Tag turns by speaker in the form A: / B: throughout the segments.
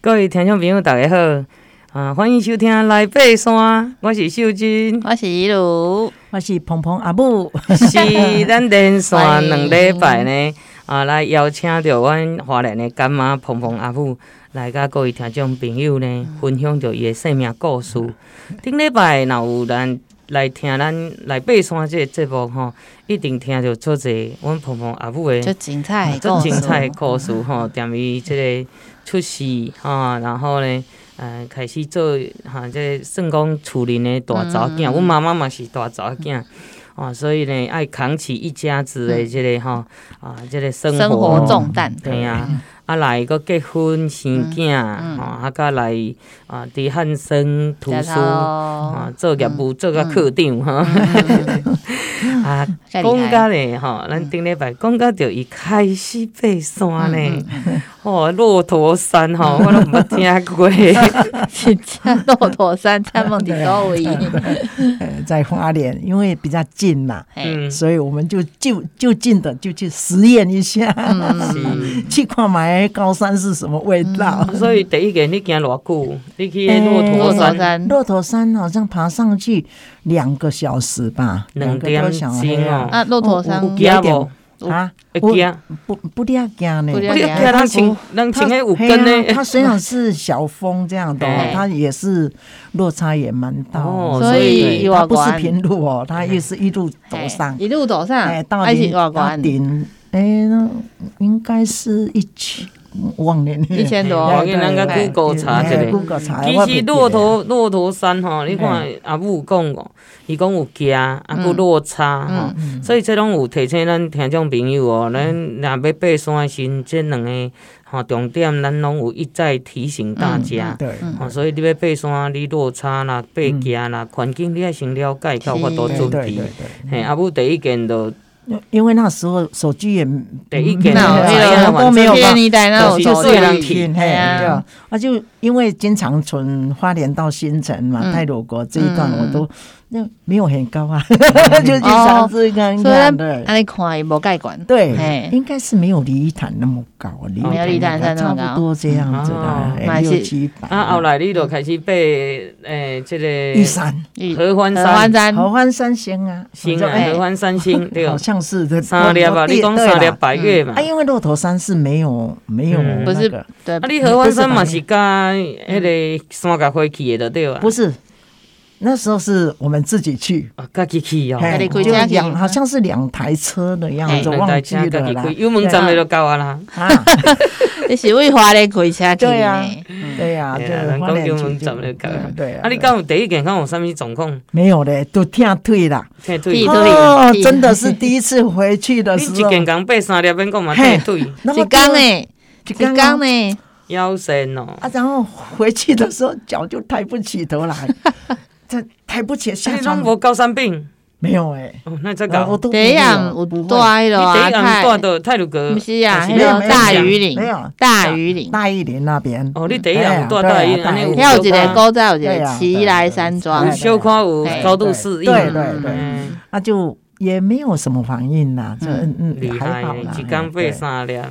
A: 各位听众朋友，大家好，啊，欢迎收听《来爬山》，我是秀珍，
B: 我是一路，
C: 我是鹏鹏阿母，
A: 是咱连线两礼拜呢，啊，来邀请到阮华莲的干妈鹏鹏阿母来甲各位听众朋友呢，分享着伊的生命故事。顶礼拜若有咱来听咱来爬山这个节目吼，一定听着做者阮鹏鹏阿母的
B: 就精 彩，
A: 做精彩的，故事吼，踮伊即个出世吼、然后呢，呃，开始做哈，即、个算讲厝里的大查某囝，阮妈妈嘛是大查某囝。哦，所以呢，爱扛起一家子的即、个吼、啊，即、个生活
B: 生活重担，
A: 对啊，啊来个结婚生囝，吼啊甲来啊伫汉生图
B: 加
A: 书
B: 操
A: 啊做业务做甲科长 哈，
B: 嗯
A: 啊
B: 太厉害嗯
A: 讲甲咧吼，咱顶礼拜讲甲着伊开始爬山
B: 嗯
A: 咧， 吼骆驼山 吼，我都毋捌听过，
B: 是加骆驼山在梦里高位，
C: 呃， 在花莲，因为比较近嘛，
B: 嘿，
A: 嗯，是
C: 所以我们就就就近的就去实验一下，
A: 嗯
C: 去看买高山是什么味道。
A: 所以第一个你行偌久？你去那骆
B: 哎骆
A: 驼
B: 驼
A: 山
B: 山
C: 骆驼山好像爬上去两个小时吧，
A: 两
C: 个
A: 点
C: 多
A: 钟
C: 小时
A: 哦，
B: 啊，骆驼山
C: 有有
A: 惊
C: 有
A: 无？
C: 点啊，
A: 会惊？
C: 不不厉害惊呢
B: 不。
A: 我
B: 了
A: 你惊咱
B: 解
A: 穿咱穿迄有根
C: 嘿啊
A: 呢？
C: 它虽然是小峰这样的哦
A: 嘿，
C: 它也是落差也蛮大
A: 哦
C: 哦，
B: 所以
C: 它
B: 外
C: 不是
B: 观
C: 平路哦，它又是一路走
B: 嘿
C: 上，
B: 一路走上
C: 哎，，到
B: 爱
C: 顶
B: 情外
C: 到
B: 观，
C: 顶，哎，那应该是一千，忘了
B: 一千 多
A: 我跟咱
B: 哎
A: 个 Google 查一
B: 哎
A: 下。
C: ，Google 查一下。
A: 其实骆驼骆驼山吼，你看阿母讲哦，伊讲有惊，啊，佮落差吼，所以这拢有提醒咱听众朋友哦，咱若要爬山的时候，这两个吼重点，咱拢有一再提醒大家。
C: 对，
B: 嗯
A: 哦，所以你要爬山，你落差啦、爬行啦、环境，你要先了解，才有法度
B: 是
C: 对
A: 准
C: 对
A: 备
C: 对。
A: 嘿，阿母第一件就
C: 对，因为那时候手机也
A: 第一件，
B: 那
C: 哎
B: 有
C: 呀都没有
B: 便
C: 办
B: 利带那种
A: 就是这样
C: 听，嘿，
B: 哎呀
C: 对啊，啊就因为经常从花莲到新城嘛，
B: 嗯
C: 泰鲁国这一段
B: 嗯
C: 我都那没有很高啊， 就去尝试看
B: 哦所以
C: 看
B: 咱
C: 对。
B: 安尼看伊无盖管，
C: 对
B: 嘿，哦
C: 应该是没有离坛那么高，离
B: 没有离坛山那么
C: 差
B: 高
C: 不多这样子的
A: 哦，
C: 哎
B: 嘛是
C: 六七百。
A: 啊，后来你就开始爬诶，即
C: 玉
A: 个
C: 山、
B: 伊
A: 合欢
B: 合
A: 山
B: 欢。山，
C: 合欢山星啊，
A: 星
C: 好像
A: 啊，
B: 哎
A: 合欢三星 对
C: 好
A: 哦，
C: 像是的，
A: 三粒吧，
C: 我
A: 你讲三粒。白月嘛
C: 哦对啦啊，。因为骆驼山是没有没有
A: 嗯
C: 那
B: 不是
C: 个，
B: 对
A: 啊，，你合欢山嘛是甲迄个山甲花去的就对啊，
C: 不是那时候是我们自己去，
A: 啊，家己去哦，
C: 嘿
B: 自己开
C: 就
B: 车去
C: 两好像是两台车的样
B: 嘿
C: 子，
A: 两台
C: 忘记
A: 车家
C: 了
A: 己
C: 啦
A: 开，。油门站的就到啊啦。
C: 啊，
B: 你是为花莲开车去
C: 对啊
B: 呢，
C: 对呀，
A: 嘿
C: 就
A: 啊人
C: 花
A: 讲
C: 莲
A: 油
C: 去
A: 门
C: 就
A: 站就到啊
C: 对呀。
A: 啊，你
C: 对
A: 敢有第一件看有啥物状况？
C: 没有嘞，都跳退了。
A: 退退
B: 屁
A: 啊
B: 退
C: 哦
B: 屁，
C: 真的是第一次回去的
A: 你
C: 时
A: 一
C: 候，
A: 件工爬三粒，免讲嘛退退，
C: 那
B: 一
C: 么
B: 天
C: 多
A: 欸
B: 呢，一
C: 天
B: 天
C: 哦
B: 呢，
A: 腰身哦。
C: 啊，然后回去的时候脚就抬不起 头来，这抬不起下
A: 啊你拢
C: 床
A: 无高山病，
C: 没有哎、
A: 哦，那再
C: 欸，我
A: 搞。
C: 都
B: 第一样
C: 我
B: 有
C: 不会
B: 带迄
A: 你
B: 落
A: 第
B: 啊
A: 一暗带
B: 泰，
A: 到泰鲁阁，
B: 不是啊，
A: 还
B: 迄
C: 没有
B: 落
C: 没有
B: 大鱼岭
C: 没有，
B: 大鱼岭，
C: 大一点那边，
A: 哦，你第一暗带到
C: 哎呀
A: 伊，安尼
C: 对啊
B: 还有一
A: 小
B: 个
A: 可
B: 古早有一
C: 对
B: 个
C: 啊
B: 奇来山庄
A: 有，小可有
B: 哎
A: 高度适应
C: 对
A: 啊。
C: 对对对
A: 嗯
C: 那、就也没有什么反应啦，这嗯
A: 厉
C: 嗯还
A: 害
C: 好
A: 的，
C: 啦，
A: 一
C: 哎
A: 天
C: 对
A: 爬三 粒，啊，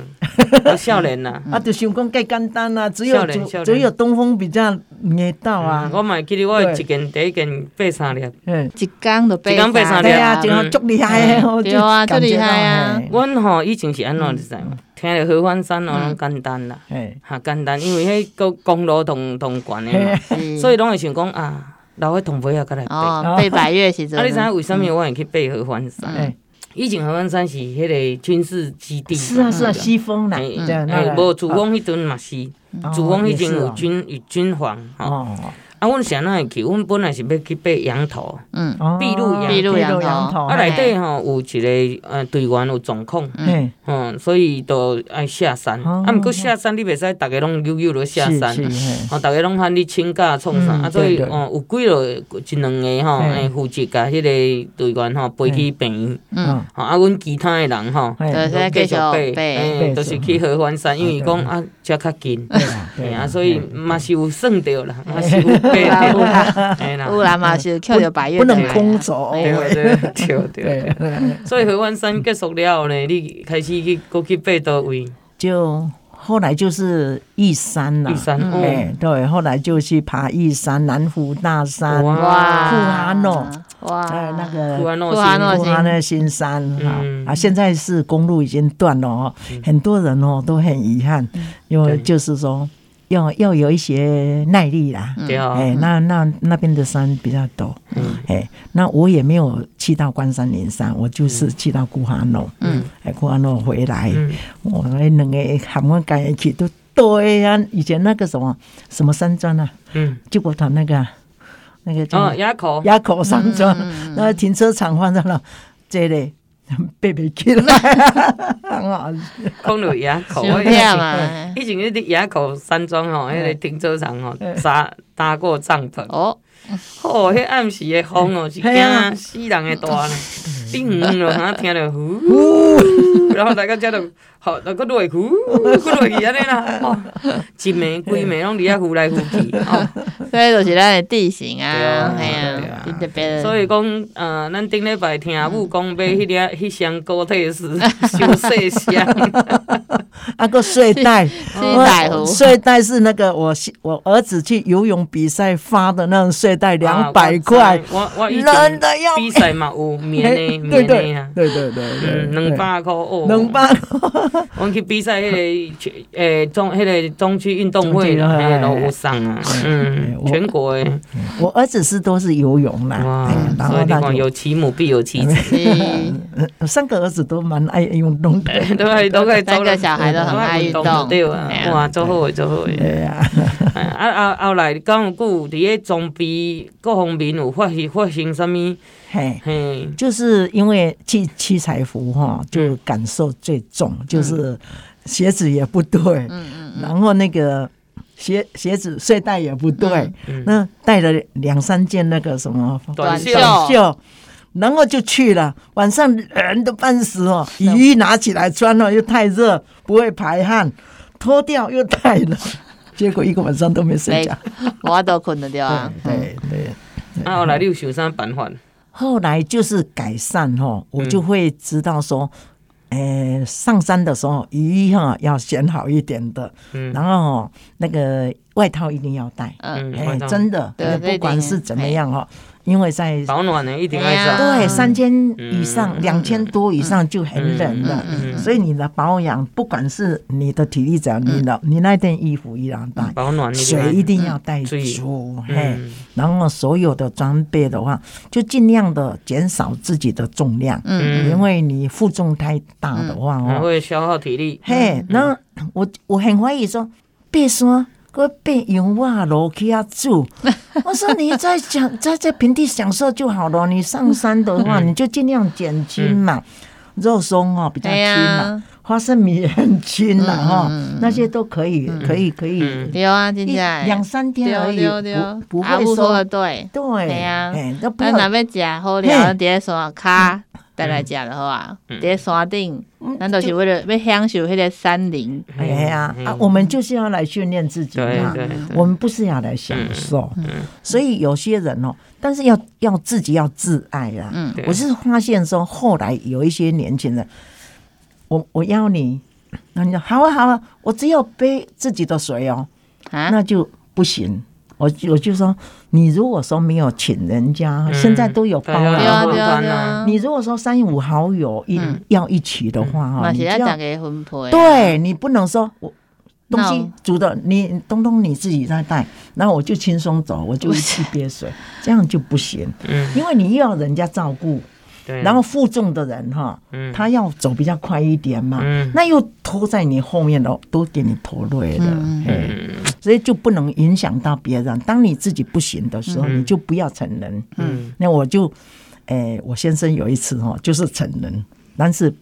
A: 少年啦。
C: 啊，就想讲介简单啦、只有
A: 少年少
C: 只
A: 年
C: 有东风比较硬到啊，
A: 嗯我嘛会记得我有一
C: 对
A: 件第一件爬三粒，
C: 嗯，
B: 一天就
A: 一天
B: 爬
A: 爬三粒
B: 山
C: 对
B: 了
C: 啊，
A: 嗯
C: 就足厉害的，我就
B: 对啊
C: 感觉
B: 足厉
C: 到
B: 害啊，
A: 阮吼以前是安怎你知
C: 嗯
A: 无？听着合欢山哦，拢简单啦，
C: 哎，
A: 哈简单，因为迄个公路同同悬的嘛，
B: 是
A: 所以拢会想讲啊，留迄同尾啊，甲来爬。
B: 哦，被百越时阵
A: 啊，你知影为啥物我会去爬合欢
C: 哎
A: 山？
C: 哎，
A: 以前合欢山是迄个军事基地嘛，
C: 是啊是
A: 对
C: 啊，
A: 吧
C: 西风啦，
A: 哎
C: 这样那
A: 哎，
C: 个
A: 无主攻迄阵嘛是，
C: 哦
A: 主攻迄阵
C: 也是
A: 有
C: 哦
A: 军有军防吼。
C: 哦，
A: 啊，阮是安怎会去？阮本来是要去爬羊头。
B: 嗯，
C: 哦
A: 碧露羊
B: 碧露羊头
C: 头
A: 啊，
B: 哎
A: 内底吼有一个呃队员有状况，
C: 嘿，
A: 嗯，所以就爱下山。
C: 哦
A: 啊，毋过下山你袂使逐个拢悠悠落下山，
C: 是是
A: 哦，逐个拢喊你请假创啥，
C: 嗯
A: 啊，所以
C: 对对
A: 哦有几落一两个吼，
C: 嘿
A: 诶，负责甲迄个队员吼陪去病院，
C: 嗯，
A: 吼，啊，阮其他的人吼。
C: 嘿
B: 对
A: 就
B: 继续
A: 爬，
B: 爬
A: 诶，就是去合欢山，因为伊讲
C: 对
A: 啊，遮较近，
C: 对啦
A: 嘿
C: 对
A: 啊，
C: 啦
A: 所以
C: 嘿
A: 嘛是有算着啦，嘛 是有爬着啦，嘿啦，
B: 乌兰嘛是扣着百越
C: 不
B: 的
C: 能
B: 人啊
C: 空
A: 对对对
C: 走，对
A: 对
C: 对。对，
A: 所以合欢山结束了后呢，你开始去过去爬倒位，
C: 就后来就是玉山啦
A: 玉，山
B: 嗯
C: 哎、
A: 哦，
C: 对，后来就去爬玉山、南湖大山、
A: 哇
B: 哇，
C: 库阿诺，
B: 哇，
C: 还哦哎有那
A: 突
C: 个
A: 然诺
B: 突然
A: 心
B: 诺
C: 库阿诺新山啊、
A: 嗯
C: 啊，现在是公路已经断了哦，很多人哦都很遗憾，因为
A: 对
C: 就是说要要有一些耐力啦，
B: 嗯
A: 对啊，
C: 哎、那那那边的山比较陡，
A: 嗯
C: 哎、那我也没有去到关山连山，我就是去到古哈诺，
B: 嗯，
C: 哎，古哈诺回来，
A: 嗯
C: 我们两个喊我赶一起都对啊，以前那个什么什么山庄啊，
A: 嗯，
C: 救国团那个啊那个
A: 哦，嗯
C: 叫
A: 牙口，
C: 垭口山庄，那个停车场放在那，这里 背不起 来， 啊很好
A: 讲到牙口，
B: 心
A: 我
B: 跳 嘛，
A: 以前迄个野口山庄吼，迄个停车场吼，搭搭过帐篷，
B: 哦，
A: 吼，迄暗时的风哦，是
C: 嘿啊
A: 惊死人的大呢。你远咯，哈，听着呼，然后大家才着，吼，那个落去，呼，个落去安尼啦，哦，一暝规暝拢伫遐呼来呼去，哦，
B: 所以就是咱的地形
A: 对
B: 啊
A: 啊，
B: 哎
A: 对
B: 呀
A: 啊，
B: 就特别，
A: 所以讲，呃，咱顶礼拜听母
B: 嗯
A: 讲买迄个迄箱高铁丝， 小细箱，
C: 啊个睡 袋，
B: 睡袋哦
C: 我睡袋是那个我我儿子去游泳比赛发的那种睡袋，两百 块
A: 啊，我我我以
C: 冷
A: 前
C: 的要
A: 比赛嘛有棉 的
C: 对对
A: 棉的啊
C: 对。对对对，
A: 嗯，两百块哦，
C: 能吧？
A: 阮去比赛迄个诶中迄个中区运动会啦，
C: 中区
A: 嘿，都有送啊，
C: 哎
A: 嗯，
C: 我
A: 全国诶，
C: 我儿子是都是游泳啦，
A: 哇
C: 哎呀，然
A: 所
C: 后
A: 以你
C: 他
A: 讲
C: 就
A: 有其母必有其子，
B: 嗯
C: 呃 三个儿子都蛮爱运动 的，
A: 都爱都爱
B: 三
A: 走
B: 个
A: 了。
B: 小孩都很爱运动，
A: 对啊
B: 哎，呀
A: 哇，做好诶，做好诶。
C: 对呀，
A: 哎啊啊后来讲有久，伫咧装备各方面有发现发生啥物？
C: 嘿。
A: 嘿，
C: 就是因为去七彩服
B: 嗯
C: 哈，就感受最重，就是鞋子也不对，
B: 嗯
C: 然后那个鞋鞋子睡袋也不对，
A: 嗯
C: 那带了两三件那个什么
A: 短
B: 袖
C: 短袖。然后就去了，晚上人都半死哦，雨
B: 嗯
C: 衣拿起来穿了又太热，不会排汗，脱掉又太冷，结果一个晚上都没睡
B: 没
C: 觉。，
B: 我都困得掉啊，
C: 对对，
A: 啊后来你有想啥办法？
C: 后来就是改善哦，
A: 嗯
C: 我就会知道说，呃，上山的时候雨衣哈要选好一点的，
A: 嗯
C: 然后哦那个外套一定要带，
B: 嗯，
C: 哎、
A: 外套
C: 真的，
B: 对
C: 也
B: 这一
C: 不管
B: 定
C: 是怎么样哈，因为在
A: 保暖的一定爱
B: 哎
A: 做。
B: 呀
C: 对
B: 嗯
C: 三千以上、两千多以上就很冷了，
A: 嗯嗯嗯
C: 所以你的保养，不管是你的体力怎样，
A: 嗯
C: 你的你那件衣服一定要带，
A: 保暖一定
C: 水一
A: 爱。
C: 定要带
A: 注意
C: 足，嘿
A: 嗯，
C: 然后所有的装备的话，就尽量的减少自己的重量，
B: 嗯
C: 因为你负重太大的话
A: 还
C: 哦，
A: 会消耗体力。
C: 嘿，然后我我很怀疑说，爬山。我爬洋瓦楼去啊住，我说你在享在在平地享受就好了。你上山的话，你就尽量减轻嘛，肉松哦比较
B: 对啊
C: 轻嘛，
B: 哎呀，
C: 花生米也很轻了哈
B: 嗯嗯嗯，
C: 那些都可以，可以可以，
A: 嗯
B: 对啊，真
C: 一
B: 正的，
C: 两三天而
B: 对哦
C: 已
B: 对对，，
C: 不不
B: 阿
C: 会
B: 母说
C: 说
B: 的对。
C: 对，
B: 对啊
C: 哎，都不
B: 咱
C: 要
B: 若要食好料，
C: 嘿
B: 咱伫咧山骹带来食就好啊。
C: 嗯
B: 伫咧山顶，咱都是为了要享受迄个山林。
C: 哎呀啊，我们就是要来训练自己
A: 对
C: 嘛，
A: 对
C: 我们不是要来享受，所以有些人哦，但是要要自己要自爱啦。
B: 嗯
A: 对，
C: 我是发现说，后来有一些年轻人，我我邀你，那你说好啊好啊，我只有背自己的水哦，
B: 啊，
C: 那就不行。我就我就说，你如果说没有请人家，
A: 嗯
C: 现在都有包
A: 对
B: 对
C: 了。
B: 啊
A: 那
B: 对啊
A: 当
B: 对
A: 然
B: 啊，
C: 你如果说三五好友一、要一起的话哈，
B: 嘛
C: 你
B: 是
C: 就
B: 嗯要
C: 要
B: 逐个分配啊。
C: 对你不能说我东
B: 那
C: 西
B: 我
C: 煮的，你东东你自己在带，然后我就轻松走，我就去憋水， 这样就不行，
A: 嗯，
C: 因为你又要人家照顾，
A: 对。
C: 然后负重的人哈，
A: 嗯
C: 他要走比较快一点嘛，
A: 嗯
C: 那又拖在你后面的，都给你拖累了，
B: 嗯
C: 嘿所以就不能影响到别人。当你自己不行的时候，你就不要逞能。
A: 嗯，
C: 那我就，诶、我先生有一次哈、哦，就是逞能，但是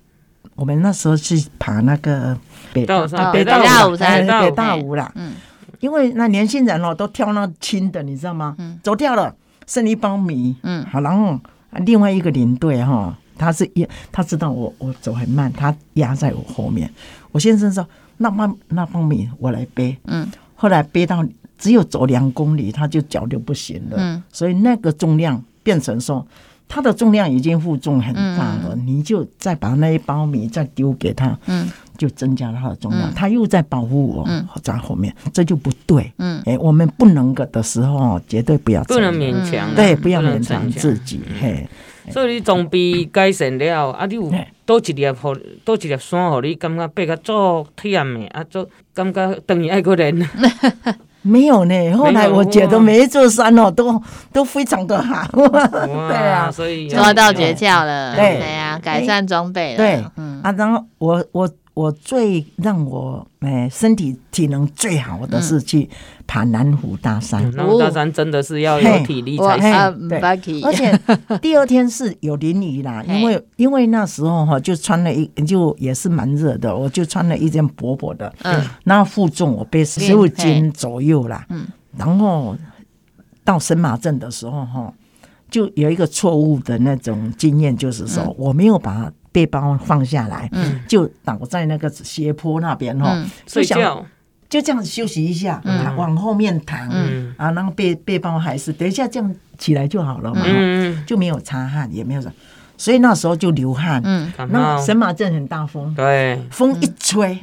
C: 我们那时候去爬那个北
A: 大武山
C: 北
B: 北
C: 大
B: 大
C: 武
B: 武山
C: 哎北
A: 北
C: 大
B: 大武
C: 武啦，
B: 嗯
C: 因为那年轻人哦都挑那轻的，你知道吗？走掉了，剩一包米，
B: 嗯
C: 好，然后另外一个领队哈、他是一他知道我我走很慢，他压在我后面，我先生说那包那包米我来背，
B: 嗯
C: 后来背到只有走两公里，他就脚就不行了，
B: 嗯
C: 所以那个重量变成说，它的重量已经负重很大了，你就再把那一包米再丢给他，
B: 嗯嗯
C: 就增加了它的重量，
B: 嗯
C: 它又在保护我、
B: 嗯
C: 在后面，这就不对。
B: 嗯
C: 哎、我们不能个的时候，绝对不要
A: 不能
C: 逞
A: 勉强
B: 嗯
A: 啦，
C: 对，不要
A: 能
C: 勉强
A: 逞
C: 自己。嘿，
A: 所以你装备改善了，啊，你有
C: 嘿
A: 倒一粒，互倒一粒山，互你感觉爬甲足忝的，啊，足感觉当然爱过练。
C: 没有呢。后来我觉得每一座山哦，都都非常的好。
A: 哇
C: 对啊
A: 所以
B: 抓到诀窍了，
C: 对
B: 哎呀，改善装备了，
C: 对
B: 嗯
C: 啊，然后我我我最让我哎、身体体能最好的
B: 嗯
C: 是去爬南湖大山，
A: 嗯那我大山真的是要有体力
B: 哦我
A: 才行。
B: 啊，
C: 嘿
B: 唔
C: 对
B: 捌去，
C: 而且第二天是有淋 雨啦，
B: 嘿
C: 因为因为那时候哈就穿了一就也是蛮热的，我就穿了一件薄薄的，
B: 嗯，
C: 那负重我背十
B: 嗯
C: 五
B: 嘿
C: 斤左右啦，
B: 嗯，
C: 然后到神马镇的时候哈，就有一个错误的那种经验，就是说、我没有把背包放下来，
B: 嗯，
C: 就倒在那个斜坡那边哈，
B: 嗯
A: 睡
C: 就想
A: 觉，
C: 就这样休息一下，
B: 嗯
C: 躺往后面躺，
A: 嗯
C: 啊，然后背背包还是等一下这样起来就好了嘛，
A: 嗯，
C: 就没有擦汗，也没有什么，所以那时候就流汗。
B: 嗯，
A: 感
C: 那
A: 冒，
C: 神马镇很大风，
A: 对，
C: 风一吹，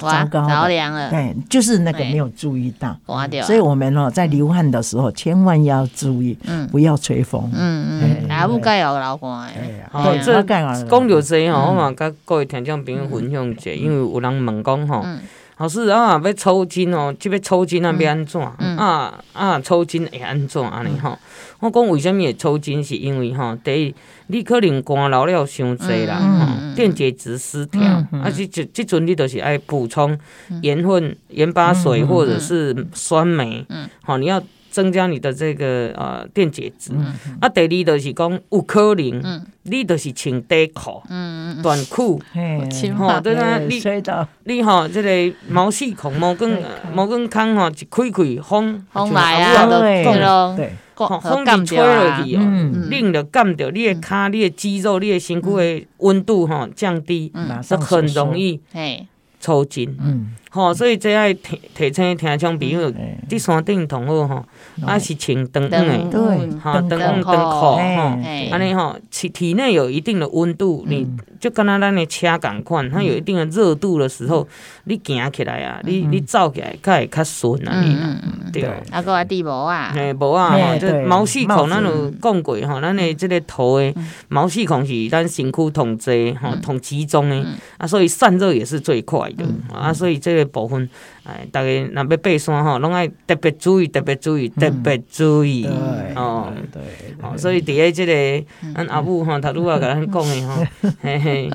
B: 哇，
C: 糟糕了
B: 着凉了，
C: 对，就是那个
B: 嗯对
C: 没有注意到。
B: 刮掉了，啊
C: 所以我们哦，在流汗的时候千万要注意，
B: 嗯
C: 不要吹风。
B: 嗯嗯，
C: 哎
B: 阿母该有流汗
C: 哎
B: 的，
C: 呀，
A: 哦
C: 对，
A: 这
C: 我讲了
A: 讲到这
B: 嗯
A: 吼，我嘛甲各位听众朋友分享一下，因为有人问讲吼
B: 嗯，
A: 老师啊，要抽筋哦，即要抽筋啊，要安怎？
B: 嗯
A: 啊啊，抽筋会安怎安尼吼？我讲为什么会抽筋，是因为吼，第一，你可能汗流了伤济啦，
B: 嗯
A: 吼，电解质失调，啊，即即即阵你就是爱补充
B: 嗯
A: 盐分、盐巴水或者是酸梅，
B: 嗯
A: 吼，你要增加你的这个呃电解质。
B: 嗯
A: 啊，第二就是讲有可能，你就是穿短裤、
B: 嗯嗯嗯，
A: 短裤，
C: 嘿，
B: 亲
A: 吼，对啦，
C: 对
A: 你
C: 吹到
A: 你吼，即个毛细孔、毛根、毛根孔吼，一开开风，
B: 风来啊，都
C: 对
B: 这种
C: 对，
A: 吼
B: 刮
A: 风
B: 干
A: 一吹落
B: 掉啊
A: 去哦，
C: 嗯，
A: 冷就感着你的骹、你的肌肉、你的身躯
B: 嗯
A: 的温度吼降低，
C: 马
A: 就
C: 上
A: 很
C: 收缩
A: 容，易
B: 嘿，
A: 抽筋。
C: 嗯，
A: 吼，所以这爱提提醒听众朋友，
C: 哎
A: 伫山顶同好吼，啊是穿长
B: 长
A: 短的。
C: 对，
A: 哈
C: 灯
A: 灯
B: 灯
A: 灯
B: 口
A: 口吼，
C: 哎
A: 安尼吼，体体内有一定的温度，你就跟咱咱的车共款，它有一定的热度的时候，你行起来啊，你你走起来，较会较顺啊，
B: 嗯
A: 你
B: 嗯
A: 啊
B: 嗯，
A: 对。
B: 阿个阿地无啊，
A: 嘿，无啊，
C: 嘿
A: 吼，这
C: 对
A: 毛细
C: 帽
A: 孔
C: 子
A: 咱有讲过吼，咱的这个头的毛细孔是咱身躯统制吼，统集中的
B: 嗯
A: 啊，所以散热也是最快的啊，所以这个部分，哎，大家若要爬山吼，拢爱特别注意，特别注意，特别注意
C: 对，
A: 哦。
C: 对对，
A: 哦，所以伫咧即
B: 嗯
A: 个咱阿母吼，头拄啊甲咱讲的吼，嘿嘿，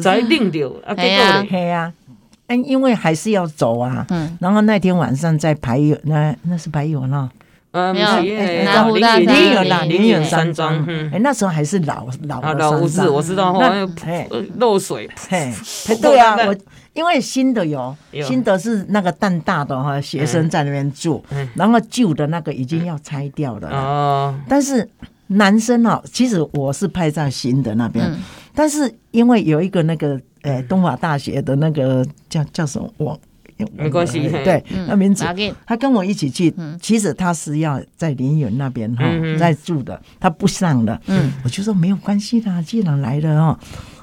A: 在冷着啊，结
B: 嘿
A: 果
B: 啊
A: 咧，
C: 嘿呀，嗯，因为还是要走啊。
B: 嗯，
C: 然后那天晚上在排友，那那是排友呢，啊
A: 呃，毋
B: 没有
A: 是诶，
B: 南湖大
A: 林啊
B: 山
A: 林
B: 林
A: 啦，
B: 园
A: 林园
B: 山
A: 山庄，嗯
C: 哎，，那时候还是老老
A: 啊，
C: 的
A: 老屋
C: 山
A: 子
C: 上
A: 我知道吼，
C: 那哎
A: 哦
C: 嘿
A: 呃漏水，
C: 嘿，对啊，
A: 那
C: 我因为新的有，
A: 有
C: 新的是那个蛋大的哈，学生在那边住，
A: 嗯
C: 然后旧的那个已经要拆掉了，
A: 哦，
C: 但是男生哦，其实我是派在新的那边，
B: 嗯
C: 但是因为有一个那个
A: 嗯
C: 呃东华大学的那个叫叫什么我。
A: 没关系嘿
C: 对，
B: 嗯
C: 那名字
B: 不要紧
C: 他跟我一起去
B: 嗯，
C: 其实他是要在林园那边哈
A: 嗯嗯
C: 在住的，他不上了，
B: 嗯，
C: 我就说没有关系啦，既然来了哦，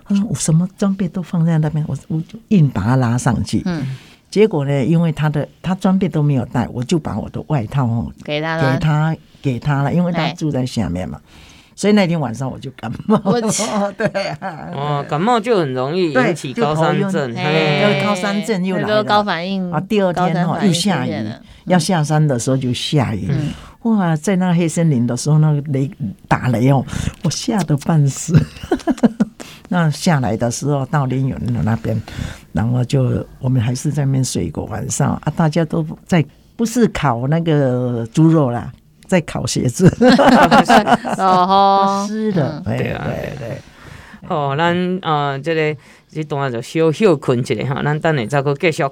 C: 他说我什么装备都放在那边，我我就硬把他拉上去，
B: 嗯，
C: 结果呢，因为他的他装备都没有带，我就把我的外套哦
B: 给他
C: 给
B: 了，
C: 他给他了，因为他
B: 对
C: 住在下面嘛，所以那天晚上我就感冒
B: 我
C: 了。对啊，
A: 哦，感冒就很容易
C: 对
A: 引起
C: 就
A: 高
C: 头
A: 山
C: 晕哎
A: 症，
C: 嘿
A: 嘿
C: 就，高山症又来了
B: 那都高反应
C: 啊第二
B: 嗯高
C: 天
B: 山
C: 哦
B: 反
C: 又
B: 应
C: 下
B: 出现
C: 雨
B: 了，
C: 要下山的时候就下雨，
B: 嗯
C: 哇，在那黑森林的时候，那个雷打雷哦，我吓得半死。 那下来的时候到林园的那边，然后就我们还是在那边睡过晚上啊，大家都在不是烤那个猪肉啦，在烤鞋子，
B: 哦吼，
C: 湿的，哎
A: 对啊
C: 对对。
A: 哦，咱呃，即个这段就小休困一下哈，咱等下再佫继续。